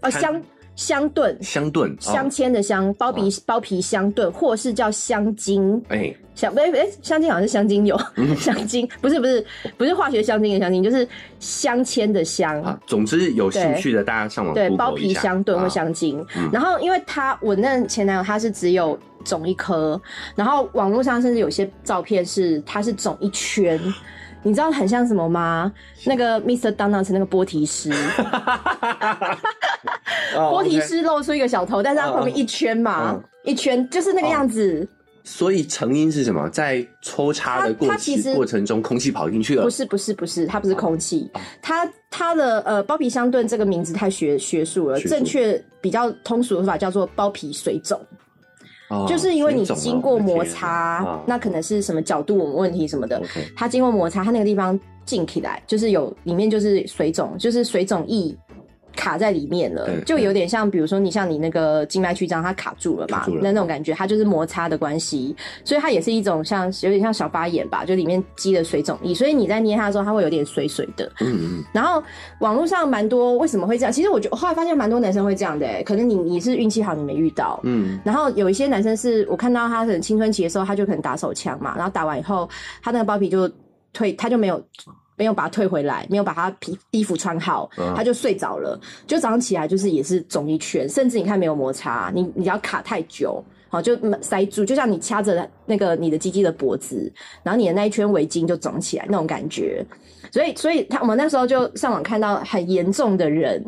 Speaker 2: 呃
Speaker 1: 龛
Speaker 2: 相相盾
Speaker 1: 香盾，哦
Speaker 2: 镶，嵌的镶包皮包皮相盾，或是叫香精
Speaker 1: 哎，
Speaker 2: 香哎哎香精好像是香精油， 香精不是不是不是化学香精的香精，就是镶嵌的镶。
Speaker 1: 啊，总之有兴趣的大家上网
Speaker 2: 对，包
Speaker 1: Google
Speaker 2: 皮
Speaker 1: 一下
Speaker 2: 相对或
Speaker 1: 啊
Speaker 2: 相近。
Speaker 1: 嗯
Speaker 2: 然后因为他我那前男友他是只有肿一颗，然后网络上甚至有些照片是他是肿一圈。你知道很像什么吗？那个 Mr. Donuts 那个波提师，
Speaker 1: 哦
Speaker 2: 波提
Speaker 1: OK
Speaker 2: 师露出一个小头，但是他旁边一圈嘛，
Speaker 1: 嗯
Speaker 2: 一圈就是那个样子。
Speaker 1: 所以成因是什么？在抽插的过
Speaker 2: 它它其实
Speaker 1: 程过程中，空气跑进去了
Speaker 2: 不。是不是不是，它不是空气，
Speaker 1: 嗯
Speaker 2: 它它的呃包皮相盾这个名字太学学术了，
Speaker 1: 学术
Speaker 2: 正确比较通俗的说法叫做包皮水肿。
Speaker 1: 哦
Speaker 2: 就是因为你
Speaker 1: 水肿了
Speaker 2: 经过摩
Speaker 1: 我
Speaker 2: 擦
Speaker 1: 的天啊，
Speaker 2: 那可能是什么角度问题什么的
Speaker 1: OK，
Speaker 2: 它经过摩擦，它那个地方进起来，就是有里面就是水肿，就是水肿液卡在里面了
Speaker 1: 对，
Speaker 2: 就有点像，比如说你像你那个静脉曲张，它卡住了嘛
Speaker 1: 卡住了，
Speaker 2: 那那种感觉，它就是摩擦的关系，所以它也是一种像有点像小发炎吧，就里面积了水肿液，所以你在捏它的时候，它会有点水水的。
Speaker 1: 嗯嗯，
Speaker 2: 然后网络上蛮多为什么会这样？其实我觉得我后来发现蛮多男生会这样的、欸，可能你你是运气好，你没遇到。
Speaker 1: 嗯，
Speaker 2: 然后有一些男生是我看到他可能青春期的时候，他就可能打手枪嘛，然后打完以后，他那个包皮就退，他就没有没有把它退回来，没有把他皮衣服穿好
Speaker 1: 嗯，
Speaker 2: 他就睡着了。就早上起来就是也是肿一圈，甚至你看没有摩擦，你你只要卡太久。好，就嗯塞住，就像你掐着那个你的鸡鸡的脖子，然后你的那一圈围巾就肿起来那种感觉。所以，所以他我们那时候就上网看到很严重的人，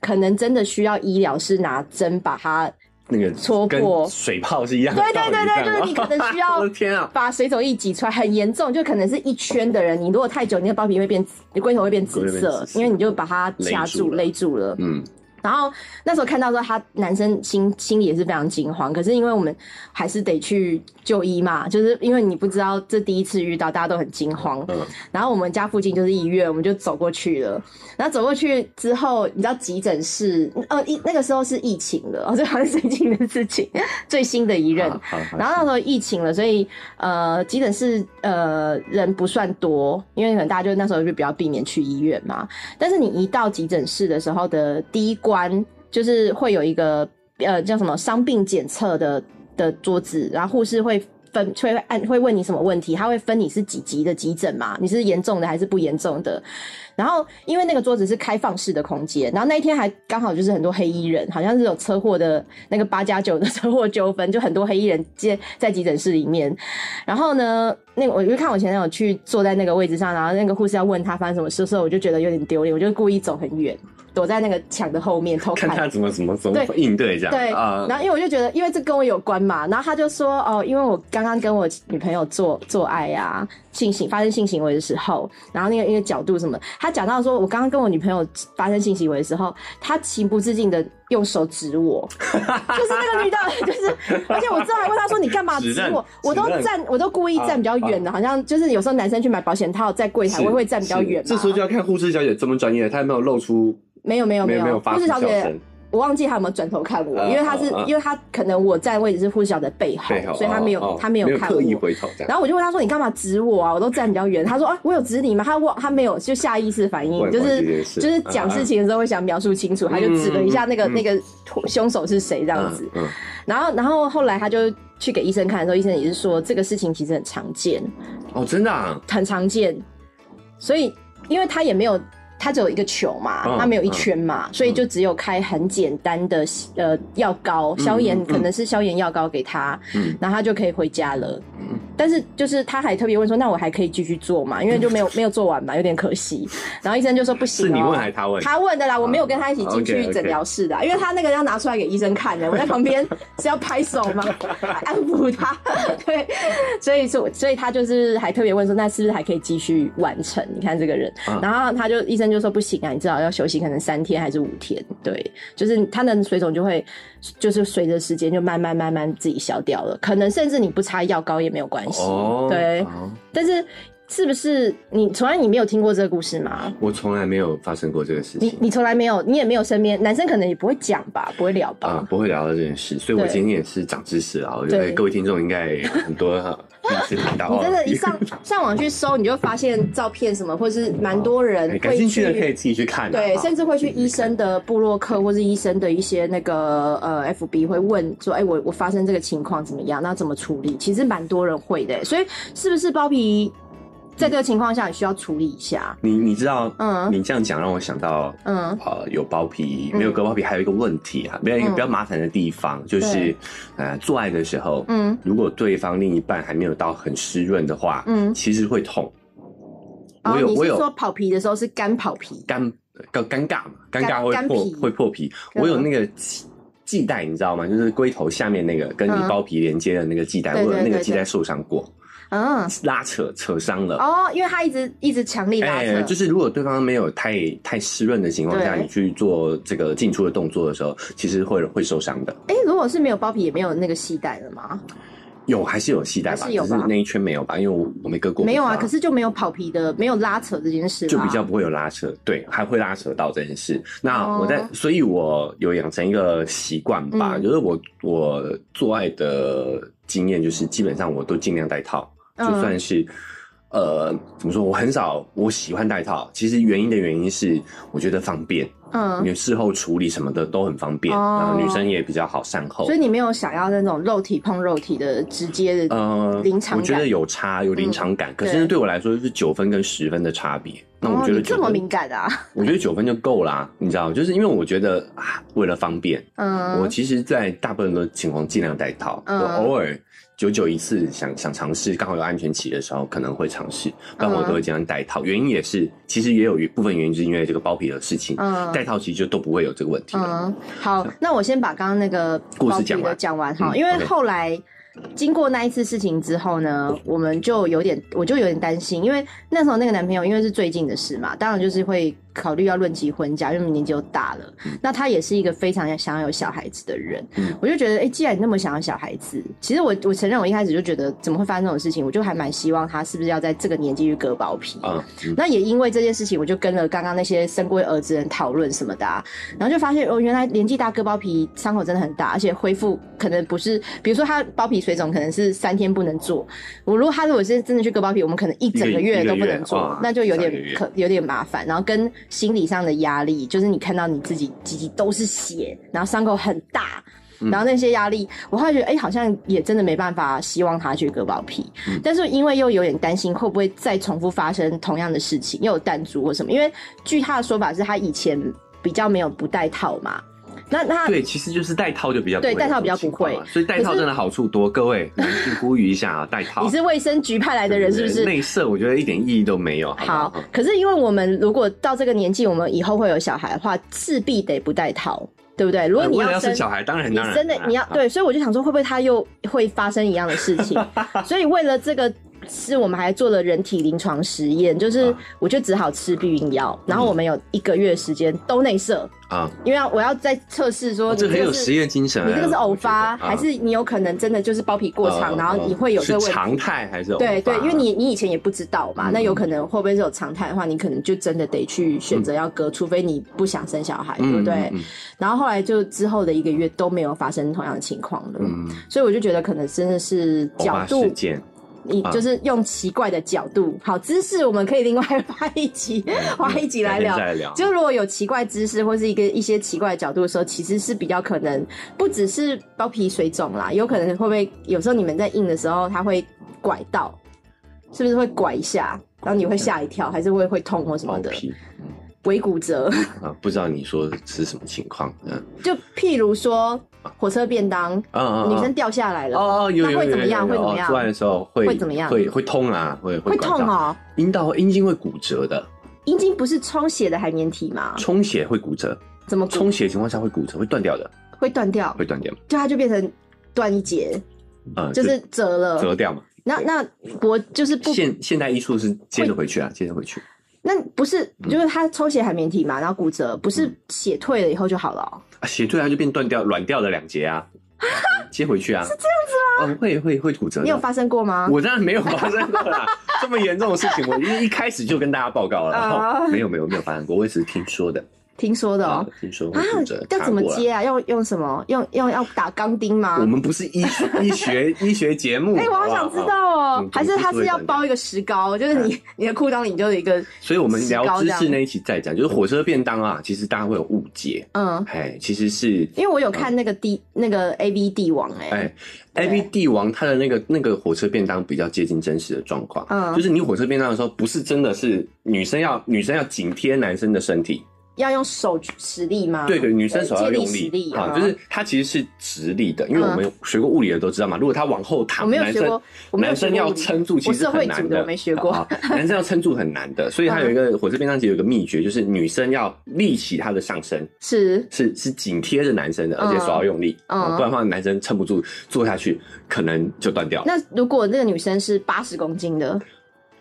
Speaker 2: 可能真的需要医疗是拿针把它
Speaker 1: 那个
Speaker 2: 戳
Speaker 1: 跟
Speaker 2: 破
Speaker 1: 水泡是一样的道
Speaker 2: 对
Speaker 1: 理，
Speaker 2: 对对对
Speaker 1: 这样
Speaker 2: 就是你可 能需要
Speaker 1: 我的天啊，
Speaker 2: 把水肿液挤出来，很严重，就可能是一圈的人。你如果太久，你的包皮会变，你龟头会变紫
Speaker 1: 龟头会
Speaker 2: 色
Speaker 1: 变紫，色
Speaker 2: 因为你就把它掐
Speaker 1: 勒住
Speaker 2: 住、
Speaker 1: 了
Speaker 2: 勒住了。
Speaker 1: 嗯，
Speaker 2: 然后那时候看到说他男生心心里也是非常惊慌，可是因为我们还是得去就医嘛，就是因为你不知道这第一次遇到，大家都很惊慌。
Speaker 1: 嗯
Speaker 2: 然后我们家附近就是医院，我们就走过去了。然后走过去之后，你知道急诊室，呃，一那个时候是疫情了， 哦，这好像是最近的事情，最新的一任。
Speaker 1: 好好好
Speaker 2: 然后那时候疫情了，所以呃急诊室呃人不算多，因为可能大家就那时候就比较避免去医院嘛。但是你一到急诊室的时候的第一关，就是会有一个呃叫什么伤病检测的的桌子，然后护士会。分会按会问你什么问题，他会分你是几级的急诊嘛？你是严重的还是不严重的？然后因为那个桌子是开放式的空间，然后那一天还刚好就是很多黑衣人，好像是有车祸的那个八加九的车祸纠纷，就很多黑衣人接在急诊室里面。 然后呢，那个我就看我前男友去坐在那个位置上，然后那个护士要问他发生什么事的时候，我就觉得有点丢脸，我就故意走很远，躲在那个墙的后面偷
Speaker 1: 看
Speaker 2: 看。
Speaker 1: 他怎么怎么怎么
Speaker 2: 对
Speaker 1: 应对这样，
Speaker 2: 对，
Speaker 1: 啊
Speaker 2: 然后因为我就觉得，因为这跟我有关嘛，然后他就说，哦，因为我刚刚跟我女朋友做做爱呀、啊，性行发生性行为的时候，然后那个因为角度什么，他讲到说我刚刚跟我女朋友发生性行为的时候，他情不自禁的用手 指我，就是那个女的，就是，而且我之后还问他说你干嘛
Speaker 1: 指
Speaker 2: 指
Speaker 1: 认
Speaker 2: 我，我都
Speaker 1: 指认啊
Speaker 2: 站，我都故意站比较远的，好像就是有时候男生去买保险套在柜台，
Speaker 1: 是
Speaker 2: 我也会站比较
Speaker 1: 是
Speaker 2: 远嘛，
Speaker 1: 这时候就要看护士小姐这么专业，她有没有露出
Speaker 2: 没有没有
Speaker 1: 没有
Speaker 2: 有，
Speaker 1: 没有发
Speaker 2: 护士
Speaker 1: 出
Speaker 2: 小
Speaker 1: 笑声
Speaker 2: 姐，我忘记她有没有转头看我，
Speaker 1: 嗯
Speaker 2: 因为她是、
Speaker 1: 嗯嗯
Speaker 2: 因为她可能我站位置是护士小姐背后，
Speaker 1: 背后，
Speaker 2: 所以她没有、
Speaker 1: 哦哦
Speaker 2: 她
Speaker 1: 没
Speaker 2: 没有
Speaker 1: 有
Speaker 2: 看我
Speaker 1: 刻。意回头这样，
Speaker 2: 然后我就问她说：“你干嘛指我啊？我都站比较远。”她说：“啊，我有指你吗？”她忘，她没有，就下意识反
Speaker 1: 会
Speaker 2: 应，
Speaker 1: 会
Speaker 2: 就
Speaker 1: 这
Speaker 2: 是
Speaker 1: 件事啊
Speaker 2: 就是讲事情的时候会想描述清楚，她就指了一下那个、
Speaker 1: 嗯嗯
Speaker 2: 那个凶手是谁这
Speaker 1: 这
Speaker 2: 样子。，
Speaker 1: 嗯，嗯
Speaker 2: 然后然后后来她就去给医生看的时候，医生也是说这个事情其实很常见，
Speaker 1: 哦，真的啊，
Speaker 2: 很常见，所以因为它也没有，它只有一个球嘛，
Speaker 1: 嗯
Speaker 2: 它没有一圈嘛，所以就只有开很简单的呃药膏，消炎、
Speaker 1: 嗯嗯
Speaker 2: 可能是消炎药膏给他，
Speaker 1: 嗯
Speaker 2: 然后他就可以回家了。
Speaker 1: 嗯
Speaker 2: 但是就是他还特别问说，那我还可以继续做嘛？因为就没有没有做完嘛，有点可惜。然后医生就说不行、
Speaker 1: 是
Speaker 2: 哦，
Speaker 1: 你问还是他问？
Speaker 2: 他问的啦，我没有跟他一起进
Speaker 1: 啊
Speaker 2: 去
Speaker 1: ，OK，OK
Speaker 2: 诊疗室的啊、因为他那个要拿出来给医生看的，我 在旁边是要拍手嘛， 安抚他。 对，所以说，所以他就是还特别问说，那是不是还可以继续完成？你看这个人，
Speaker 1: 啊
Speaker 2: 然后他就医生就说不行啊，你至少要休息，可能三天还是五天。对，就是他的水肿就会，就是随着时间就慢慢慢慢自己消掉了，可能甚至你不擦药膏也没有关系。
Speaker 1: 哦，
Speaker 2: 对
Speaker 1: 哦
Speaker 2: 但是是不是你从来你没有听过这个故事吗？
Speaker 1: 我从来没有发生过这个事
Speaker 2: 你
Speaker 1: 情
Speaker 2: 你从来没有，你也没有身边男生可能也不会讲吧，不会聊吧。
Speaker 1: 啊，不会聊到这件事，所以我
Speaker 2: 对
Speaker 1: 今天也是长知识了。我觉
Speaker 2: 对
Speaker 1: 得哎各位听众应该也很多第一次听到，
Speaker 2: 你真的，
Speaker 1: 哦
Speaker 2: 一上上网去搜，你就发现照片什么，或是蛮多人
Speaker 1: 哎
Speaker 2: 会
Speaker 1: 感兴趣的可以
Speaker 2: 去，
Speaker 1: 自己去看啊，
Speaker 2: 对，
Speaker 1: 哦
Speaker 2: 甚至会去医生的部落客或是医生的一些那个呃 FB 会问说，哎、我我发生这个情况怎么样？那怎么处理？其实蛮多人会的，所以是不是包皮在这个情况下你需要处理一下？
Speaker 1: 你你知道，
Speaker 2: 嗯
Speaker 1: 你这样讲让我想到，
Speaker 2: 嗯
Speaker 1: 呃，有包皮
Speaker 2: 嗯
Speaker 1: 没有割包皮，还有一个问题啊，没有一个
Speaker 2: 嗯
Speaker 1: 比较麻烦的地方，就是
Speaker 2: 对
Speaker 1: 呃，做爱的时候，
Speaker 2: 嗯
Speaker 1: 如果对方另一半还没有到很湿润的话，
Speaker 2: 嗯，
Speaker 1: 其实会痛。
Speaker 2: 哦
Speaker 1: 我，有
Speaker 2: 你
Speaker 1: 我
Speaker 2: 是说
Speaker 1: 有
Speaker 2: 跑皮的时候是干跑皮？
Speaker 1: 尴尴尴尬嘛，尴尬
Speaker 2: 干
Speaker 1: 会
Speaker 2: 干
Speaker 1: 破
Speaker 2: 皮
Speaker 1: 会破皮，
Speaker 2: 嗯
Speaker 1: 我有那个系。系带你知道吗？就是龟头下面那个跟你
Speaker 2: 嗯
Speaker 1: 包皮连接的那个系带，
Speaker 2: 对
Speaker 1: 我有
Speaker 2: 对
Speaker 1: 那个
Speaker 2: 对
Speaker 1: 系
Speaker 2: 对
Speaker 1: 带受伤过，
Speaker 2: 嗯，
Speaker 1: 拉扯扯伤了。
Speaker 2: 哦，因为他一直一直强力拉扯，
Speaker 1: 哎就是如果对方没有太太湿润的情况下，
Speaker 2: 对
Speaker 1: 你去做这个进出的动作的时候，其实会会受伤的。
Speaker 2: 哎、如果是没有包皮，也没有那个系带了吗？
Speaker 1: 有还是有系带吧，
Speaker 2: 还是有
Speaker 1: 只
Speaker 2: 吧
Speaker 1: 是那一圈没有吧，因为我我没割过。
Speaker 2: 没有啊，可是就没有跑皮的，没有拉扯这件事吧，
Speaker 1: 就比较不会有拉扯，对，还会拉扯到这件事。那我在，
Speaker 2: 哦
Speaker 1: 所以我有养成一个习惯吧，
Speaker 2: 嗯
Speaker 1: 就是我我做爱的经验就是，基本上我都尽量戴套，就
Speaker 2: 嗯
Speaker 1: 算是。呃，怎么说？我很少，我喜欢戴套。其实原因的原因是，我觉得方便，
Speaker 2: 嗯，
Speaker 1: 你事后处理什么的都很方便，
Speaker 2: 哦
Speaker 1: 然后女生也比较好善后
Speaker 2: 所以。你没有想要那种肉体碰肉体的直接的，
Speaker 1: 呃
Speaker 2: 临场感嗯
Speaker 1: 我觉得有差，有临场感。可是
Speaker 2: 对
Speaker 1: 对我来说，就是九分跟十分的差别。那我
Speaker 2: 哦，
Speaker 1: 觉得
Speaker 2: 你
Speaker 1: 九
Speaker 2: 这
Speaker 1: 分
Speaker 2: 么敏感啊，
Speaker 1: 我觉得九分就够啦，你知道，就是因为我觉得啊为了方便，
Speaker 2: 嗯，
Speaker 1: 我其实，在大部分的情况尽量戴套，
Speaker 2: 嗯
Speaker 1: 我偶尔久久一次想想尝试，刚好有安全期的时候可能会尝试，但我
Speaker 2: 嗯
Speaker 1: 都会尽量戴套。原因也是，其实也有一部分原因是因为这个包皮的事情，
Speaker 2: 嗯
Speaker 1: 戴套其实就都不会有这个问题了。
Speaker 2: 嗯，好，那我先把刚刚那个
Speaker 1: 故事
Speaker 2: 包皮
Speaker 1: 讲
Speaker 2: 的
Speaker 1: 完
Speaker 2: 讲完哈，
Speaker 1: 嗯
Speaker 2: 因为
Speaker 1: OK
Speaker 2: 后来经过那一次事情之后呢，我们就有点，我就有点担心，因为那时候那个男朋友因为是最近的事嘛，当然就是会考虑要论及婚嫁，因为我们年纪又大了。那他也是一个非常想要有小孩子的人，
Speaker 1: 嗯
Speaker 2: 我就觉得，哎、既然你那么想要小孩子，其实我我承认，我一开始就觉得怎么会发生这种事情，我就还蛮希望他是不是要在这个年纪去割包皮
Speaker 1: 啊、嗯
Speaker 2: 那也因为这件事情，我就跟了刚刚那些生过儿子的人讨论什么的、啊，然后就发现哦，原来年纪大割包皮伤口真的很大，而且恢复可能不是，比如说他包皮水肿可能是三天不能做，我如果他如果是真的去割包皮，我们可能一整个月都不能
Speaker 1: 一个一个
Speaker 2: 做
Speaker 1: 月，
Speaker 2: 那就有哦点
Speaker 1: 哇一整
Speaker 2: 可有点麻烦，然后跟心理上的压力，就是你看到你自己鸡鸡都是血，然后伤口很大。然后那些压力，我后来觉得，哎、好像也真的没办法，希望他去割包皮。但是因为又有点担心会不会再重复发生同样的事情，又有弹珠或什么？因为据他的说法是他以前比较没有不戴套嘛，那那
Speaker 1: 对，其实就是戴套就比较不会
Speaker 2: 对
Speaker 1: 有
Speaker 2: 戴套
Speaker 1: 这
Speaker 2: 比较
Speaker 1: 种情
Speaker 2: 不
Speaker 1: 况
Speaker 2: 会
Speaker 1: 嘛所以戴
Speaker 2: 可
Speaker 1: 套
Speaker 2: 是
Speaker 1: 真的好处多。各 位，我们去呼吁一下啊，戴套。
Speaker 2: 你是卫生局派来的人是不是？
Speaker 1: 内射我觉得一点意义都没有。好嗯不
Speaker 2: 好
Speaker 1: 好，
Speaker 2: 可是因为我们如果到这个年纪，我们以后会有小孩的话，势必得不戴套，对不对？如果
Speaker 1: 呃
Speaker 2: 你
Speaker 1: 为了
Speaker 2: 要
Speaker 1: 要
Speaker 2: 生
Speaker 1: 生小孩，当然
Speaker 2: 你
Speaker 1: 当然，啊
Speaker 2: 真的你要对，所以我就想说，会不会他又会发生一样的事 情？所以为了这个事，我们还做了人体临床实验，就是
Speaker 1: 啊
Speaker 2: 我就只好吃避孕药，然后我们有一个月时间都内射，
Speaker 1: 啊，
Speaker 2: 因为要我要再测试说
Speaker 1: 哦
Speaker 2: 你
Speaker 1: 这
Speaker 2: 这
Speaker 1: 很有
Speaker 2: 个
Speaker 1: 实
Speaker 2: 是
Speaker 1: 验精神啊。
Speaker 2: 你这个是偶发，
Speaker 1: 我觉得哦
Speaker 2: 还是你有可能真的就是包皮过长，然后你会有这个问
Speaker 1: 是
Speaker 2: 题。
Speaker 1: 常态还是偶发
Speaker 2: 对对，因为你你以前也不知道嘛，
Speaker 1: 嗯
Speaker 2: 那有可能会不会是有常态的话，你可能就真的得去选择要割，除非你不想生小孩，对不对？
Speaker 1: 嗯
Speaker 2: 然后后来就之后的一个月都没有发生同样的情况了，
Speaker 1: 嗯，嗯
Speaker 2: 所以我就觉得可能真的是
Speaker 1: 偶
Speaker 2: 角
Speaker 1: 发事
Speaker 2: 度，
Speaker 1: 件
Speaker 2: 你
Speaker 1: 啊
Speaker 2: 就是用奇怪的角度。好，姿势我们可以另外 发一集，
Speaker 1: 嗯
Speaker 2: 发一集来聊
Speaker 1: 改天。再聊。
Speaker 2: 就如果有奇怪姿势或是一个一些奇怪的角度的时候，其实是比较可能不只是包皮水肿啦，有可能会不会有时候你们在硬的时候，它会拐到，是不是会拐一下，然后你会吓一跳，还是会会痛或什么
Speaker 1: 包
Speaker 2: 的，
Speaker 1: 皮
Speaker 2: 尾骨折。
Speaker 1: 啊，不知道你说是什么情况？嗯
Speaker 2: 就譬如说火车便当，
Speaker 1: 嗯嗯，
Speaker 2: 女生掉下来了，
Speaker 1: 哦哦，有
Speaker 2: 那
Speaker 1: 有
Speaker 2: 会
Speaker 1: 有
Speaker 2: 怎么样
Speaker 1: 有有
Speaker 2: 会怎么
Speaker 1: 哦
Speaker 2: 样
Speaker 1: 做爱的时候会
Speaker 2: 会怎么样
Speaker 1: 会会痛啊，会
Speaker 2: 会
Speaker 1: 拐到，
Speaker 2: 痛哦。
Speaker 1: 阴道阴茎会骨折的，
Speaker 2: 阴茎不是充血的海绵体吗？
Speaker 1: 充血会骨折，
Speaker 2: 怎么
Speaker 1: 充血情况下会骨折，会断掉的，
Speaker 2: 会断掉？
Speaker 1: 会断掉，
Speaker 2: 就它就变成断一截，
Speaker 1: 嗯，
Speaker 2: 就是折了。
Speaker 1: 折掉嘛。
Speaker 2: 那那脖就是不，
Speaker 1: 现现代艺术是接着回去啊，接着回去。
Speaker 2: 那不是
Speaker 1: 嗯
Speaker 2: 就是它充血海绵体嘛，然后骨折，不是血退了以后就好了哦、
Speaker 1: 啊，血退它就变断掉、软掉的两节 啊，接回去啊，是这样子吗？哦，会会会骨折的。
Speaker 2: 你有发生过吗？
Speaker 1: 我当然没有发生过 啦，这么严重的事情，我一一开始就跟大家报告了。
Speaker 2: 啊
Speaker 1: 没有没有没有发生过，我也只是听说的。
Speaker 2: 听说的
Speaker 1: 啊
Speaker 2: 哦、，
Speaker 1: 听说
Speaker 2: 啊
Speaker 1: 会骨折，，
Speaker 2: 要
Speaker 1: 查
Speaker 2: 怎么
Speaker 1: 过了
Speaker 2: 接？啊？要用什么？用用要打钢钉吗
Speaker 1: 我？们啊不是医学医 学医学节目，
Speaker 2: 哎、我好
Speaker 1: 不
Speaker 2: 想知
Speaker 1: 啊
Speaker 2: 道哦、
Speaker 1: 嗯
Speaker 2: 还是它是要
Speaker 1: 嗯
Speaker 2: 包一个石膏，就是
Speaker 1: 哎
Speaker 2: 你、你的裤裆里就有一个，
Speaker 1: 所以我们聊知
Speaker 2: 石膏这
Speaker 1: 识
Speaker 2: 样
Speaker 1: 那一期再讲，就是火车便当啊，其实大家会有误解，
Speaker 2: 嗯，
Speaker 1: 哎，其实是
Speaker 2: 因为我有看那个帝、那个 A V 帝王、哎、
Speaker 1: 哎，A B 帝王他的那个那个火车便当比较接近真实的状况，
Speaker 2: 嗯
Speaker 1: 就是你火车便当的时候，不是真的是女生要女生要紧贴男生的身体，
Speaker 2: 要用手实力吗？
Speaker 1: 对对，女生手要用
Speaker 2: 借力实力
Speaker 1: 啊，
Speaker 2: 嗯
Speaker 1: 就是它其实是直立的，因为
Speaker 2: 嗯
Speaker 1: 我们学过物理的都知道嘛，如果它往后
Speaker 2: 我
Speaker 1: 躺，
Speaker 2: 没有
Speaker 1: 男
Speaker 2: 学
Speaker 1: 生
Speaker 2: 过，我没有
Speaker 1: 男
Speaker 2: 学
Speaker 1: 生
Speaker 2: 过
Speaker 1: 要
Speaker 2: 物理
Speaker 1: 撑住其
Speaker 2: 我
Speaker 1: 实
Speaker 2: 是
Speaker 1: 很
Speaker 2: 会
Speaker 1: 难
Speaker 2: 组的，
Speaker 1: 的，
Speaker 2: 我没学过嗯
Speaker 1: 啊。男生要撑住很难的，所以它有一个火车便当其实有个秘诀，就是女生要立起她的上身，
Speaker 2: 是，
Speaker 1: 是是紧贴着男生的，而且手要用力，
Speaker 2: 嗯
Speaker 1: 啊不然的话男生撑不住，坐下去可能就断掉了。
Speaker 2: 那如果那个女生是八十公斤的，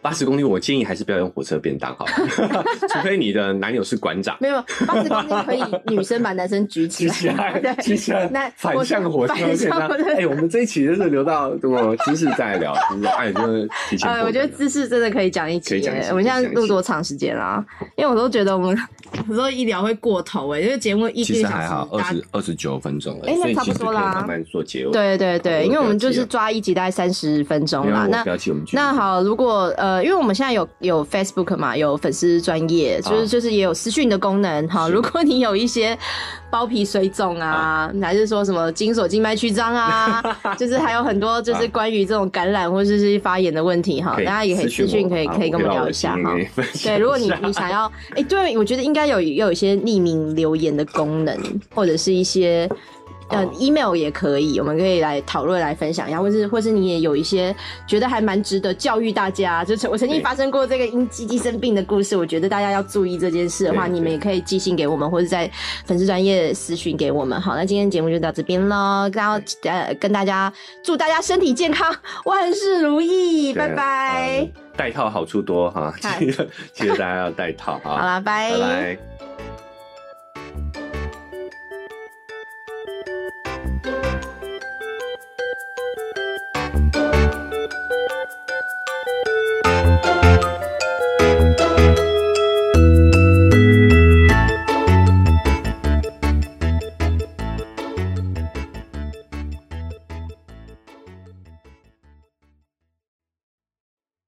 Speaker 1: 八十公里，我建议还是不要用火车便当好了， 除非你的男友是馆长。
Speaker 2: 没有，八十公斤可以女生把男生举起
Speaker 1: 举
Speaker 2: 来，
Speaker 1: 起来，
Speaker 2: 对
Speaker 1: 举起来，
Speaker 2: 那
Speaker 1: 反向火车
Speaker 2: 反
Speaker 1: 便
Speaker 2: 向
Speaker 1: 当。
Speaker 2: 火车
Speaker 1: 哎，我们这一期就是留到什么知识再聊，就是哎，就是提前破
Speaker 2: 呃，
Speaker 1: 梗了。
Speaker 2: 我觉得姿势真的可以讲一
Speaker 1: 可
Speaker 2: 集
Speaker 1: 以讲一
Speaker 2: 耶
Speaker 1: 集。
Speaker 2: 我们现在
Speaker 1: 可以讲一集
Speaker 2: 录多长时间啦、因为我都觉得我们 有时候医疗会过头哎，因为节目一
Speaker 1: 其
Speaker 2: 一
Speaker 1: 实
Speaker 2: 个小
Speaker 1: 还好，
Speaker 2: 时，
Speaker 1: 二
Speaker 2: 大家
Speaker 1: 十二十九分钟而
Speaker 2: 哎
Speaker 1: 已，
Speaker 2: 那
Speaker 1: 所以
Speaker 2: 差不
Speaker 1: 其实
Speaker 2: 多
Speaker 1: 可以
Speaker 2: 啦
Speaker 1: 慢慢做结尾。
Speaker 2: 对对对，因为我们就是
Speaker 1: 不要急了
Speaker 2: 抓一集大概三十分
Speaker 1: 不
Speaker 2: 钟
Speaker 1: 要
Speaker 2: 啦。
Speaker 1: 我
Speaker 2: 那
Speaker 1: 不要急，我们继续
Speaker 2: 那好，如果呃，因为我们现在有有 Facebook 嘛，有粉丝专业，就是、
Speaker 1: 啊
Speaker 2: 就是也有私讯的功能哈。
Speaker 1: 是
Speaker 2: 如果你有一些包皮水肿啊，还是说什么精索静脉曲 张啊，就是还有很多就是
Speaker 1: 啊
Speaker 2: 关于这种感染或者是发炎的问题哈，
Speaker 1: 可以
Speaker 2: 大家也可以私讯，
Speaker 1: 我
Speaker 2: 可以
Speaker 1: 啊
Speaker 2: 可以跟
Speaker 1: 我
Speaker 2: 我
Speaker 1: 可
Speaker 2: 们
Speaker 1: 以把
Speaker 2: 聊
Speaker 1: 我的经验
Speaker 2: 一下哈
Speaker 1: 跟。你分享
Speaker 2: 对，如果
Speaker 1: 一
Speaker 2: 你
Speaker 1: 下
Speaker 2: 你想要，哎、对我觉得应该有有一些匿名留言的功能，或者是一些呃、
Speaker 1: 哦
Speaker 2: email 也可以，我们可以来讨论来分享一下，或是或是你也有一些觉得还蛮值得教育大家，就是我曾经
Speaker 1: 对
Speaker 2: 发生过这个因鸡鸡生病的故事，我觉得大家要注意这件事的话，
Speaker 1: 对
Speaker 2: 你们
Speaker 1: 对
Speaker 2: 也可以寄信给我们，或者在粉丝专业私讯给我们。好，那今天节目就到这边喽，然后呃跟大家祝大家身体健康，万事如意，
Speaker 1: 对
Speaker 2: 拜拜。
Speaker 1: 呃嗯戴套好处多哈，
Speaker 2: 嗨
Speaker 1: 记得记得大家要戴套
Speaker 2: 好
Speaker 1: 哈，
Speaker 2: 啦，拜
Speaker 1: 拜拜。